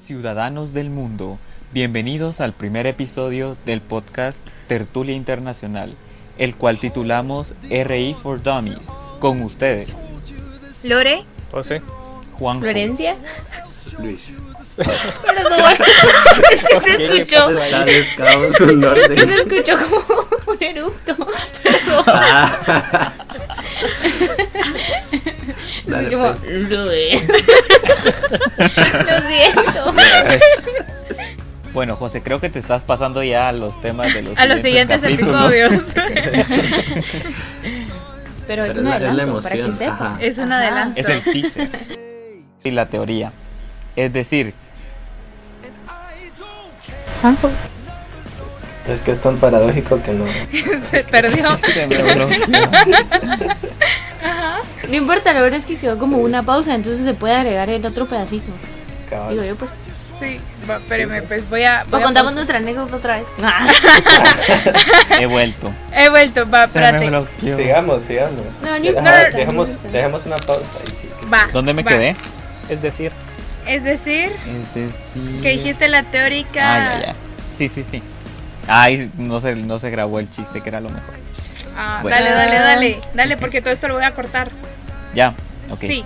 ciudadanos del mundo, bienvenidos al primer episodio del podcast Tertulia Internacional, el cual titulamos RI for Dummies, con ustedes. Lore, José. Juan. Florencia. Luis. Perdón, es que se escuchó. Es que se escuchó como un erupto. Perdón. Se escuchó como. "Luis". Lo siento. Bueno, José, creo que te estás pasando ya a los temas de los a los siguientes capítulos. episodios. Pero Pero es un es la- es la adelanto para que emoción, Ah. sepa. ajá. es un Ajá. adelanto. Es el teaser y la teoría. Es decir, Es que es tan paradójico que no. Se perdió. se me bloqueó. No importa, lo bueno es que quedó como una pausa, entonces se puede agregar el otro pedacito. cabal. Digo yo, pues. Sí, va, espérame, pues voy a. O voy a contamos nuestra anécdota otra vez. he vuelto. He vuelto, va, Se me espérate. bloqueó. Sigamos, sigamos. No, no Deja- importa, no dejamos, importa. dejamos una pausa. ahí. Va. ¿Dónde me va. quedé? Es decir, Es decir, Es decir... que dijiste la teórica. Mm. Ah, ya, ya. Sí, sí, sí. Ay, no se, no se grabó el chiste, que era lo mejor. Ah, Bueno. Dale, dale, dale. Dale, porque todo esto lo voy a cortar. Ya, ok. Sí.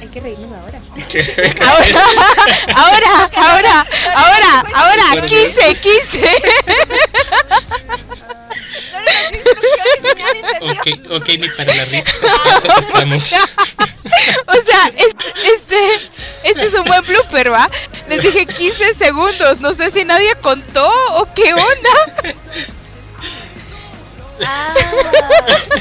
Hay que reírnos ahora. Ahora, ahora, ahora, ahora, 15, 15. Ok, ok, ni para la risa. Entonces Estamos. O sea, es- este, este es un buen blooper, ¿va? Les dije 15 segundos, no sé si nadie contó o qué onda. Ah,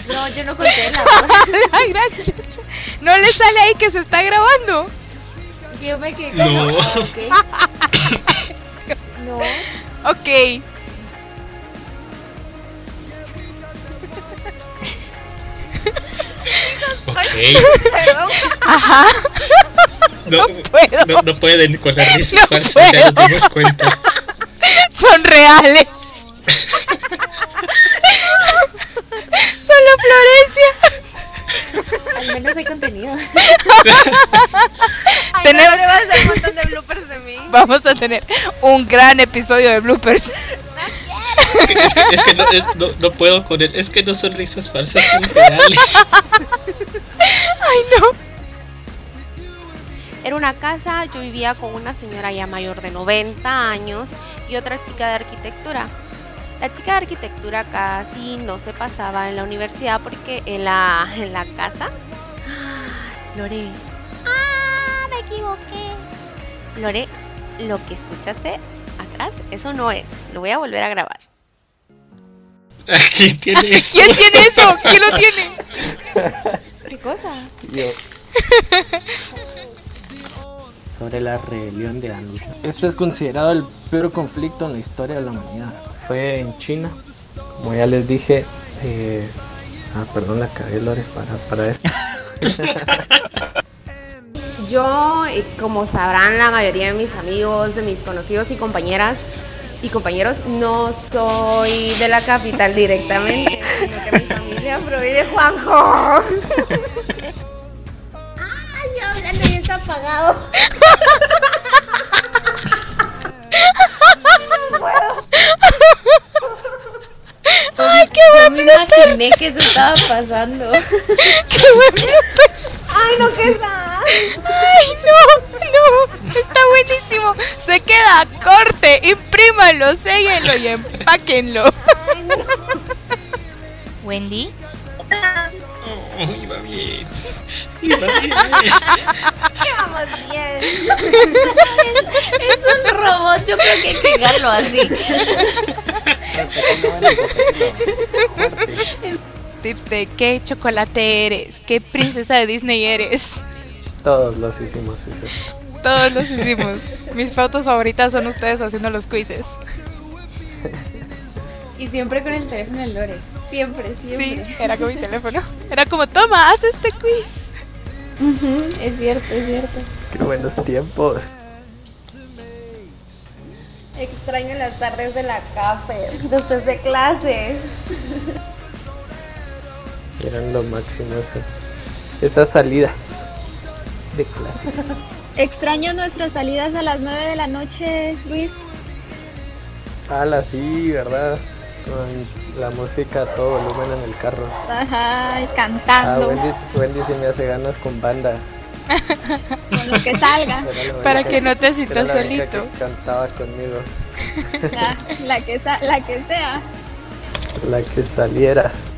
no, yo no conté la pausa. La gran chucha. No le sale ahí que se está grabando. Yo me quedé con No. Ah, ok. No. Ok. Ok. Ajá, No, puedo. no, no pueden con la risa, No parce, puedo. ya nos dimos cuenta. son reales. Solo Florencia. Al menos hay contenido. Tenemos- le vas un montón de bloopers de mí. Vamos a tener un gran episodio de bloopers. Es que, es que- es que no, es- no- no puedo con él. Es que no son risas falsas, son reales. Ay, no. Era una casa, yo vivía con una señora ya mayor de 90 años y otra chica de arquitectura. La chica de arquitectura casi no se pasaba en la universidad porque en la, en la casa... ¡Ah! Lore. ¡Ah! Me equivoqué. Lore, lo que escuchaste atrás, eso no es. Lo voy a volver a grabar. Aquí tienes. ¿Quién tiene eso? ¿Quién lo tiene? ¿Qué cosa? Sobre la rebelión de Anusha. Esto es considerado el peor conflicto en la historia de la humanidad. Fue en China. Como ya les dije. eh, Ah, perdón, la cagué, Lore, para, para esto. Yo, eh, como sabrán la mayoría de mis amigos, de mis conocidos y compañeras y compañeros, no soy de la capital directamente, sino que mi familia proviene de Juanjo. Ay, hablando y está apagado. Ay, qué bueno. No me imaginé que eso estaba pasando. Ay, no, qué tal. Ay, no, no. Está buenísimo. Se queda corte. Imprímalo, séguelo y empáquenlo. Wendy. Oh, iba bien. Iba bien. Vamos bien. Es un robot, yo creo que hay que dejarlo así. Tips de qué chocolate eres, qué princesa de Disney eres. Todos los hicimos eso. Todos los hicimos. Mis fotos favoritas son ustedes haciendo los quizzes. Y siempre con el teléfono de Lore. Siempre, Sí, siempre. era con mi teléfono. Era como, toma, haz este quiz. Ujú, Es cierto, es cierto. Qué buenos tiempos. Extraño las tardes de la café, después de clases. Eran lo máximo eso. Esas salidas. de clase. Extraño nuestras salidas a las 9 de la noche, Luis. Ala, Ah, sí, ¿verdad? Con la música a todo volumen en el carro. Ajá, y Ah, cantando. Wendy, Wendy se me hace ganas con banda. Con lo que Ah, salga. Era la Para única- que no te era sientas la única solito. que cantaba conmigo. La, la que sa- la que sea. La que saliera.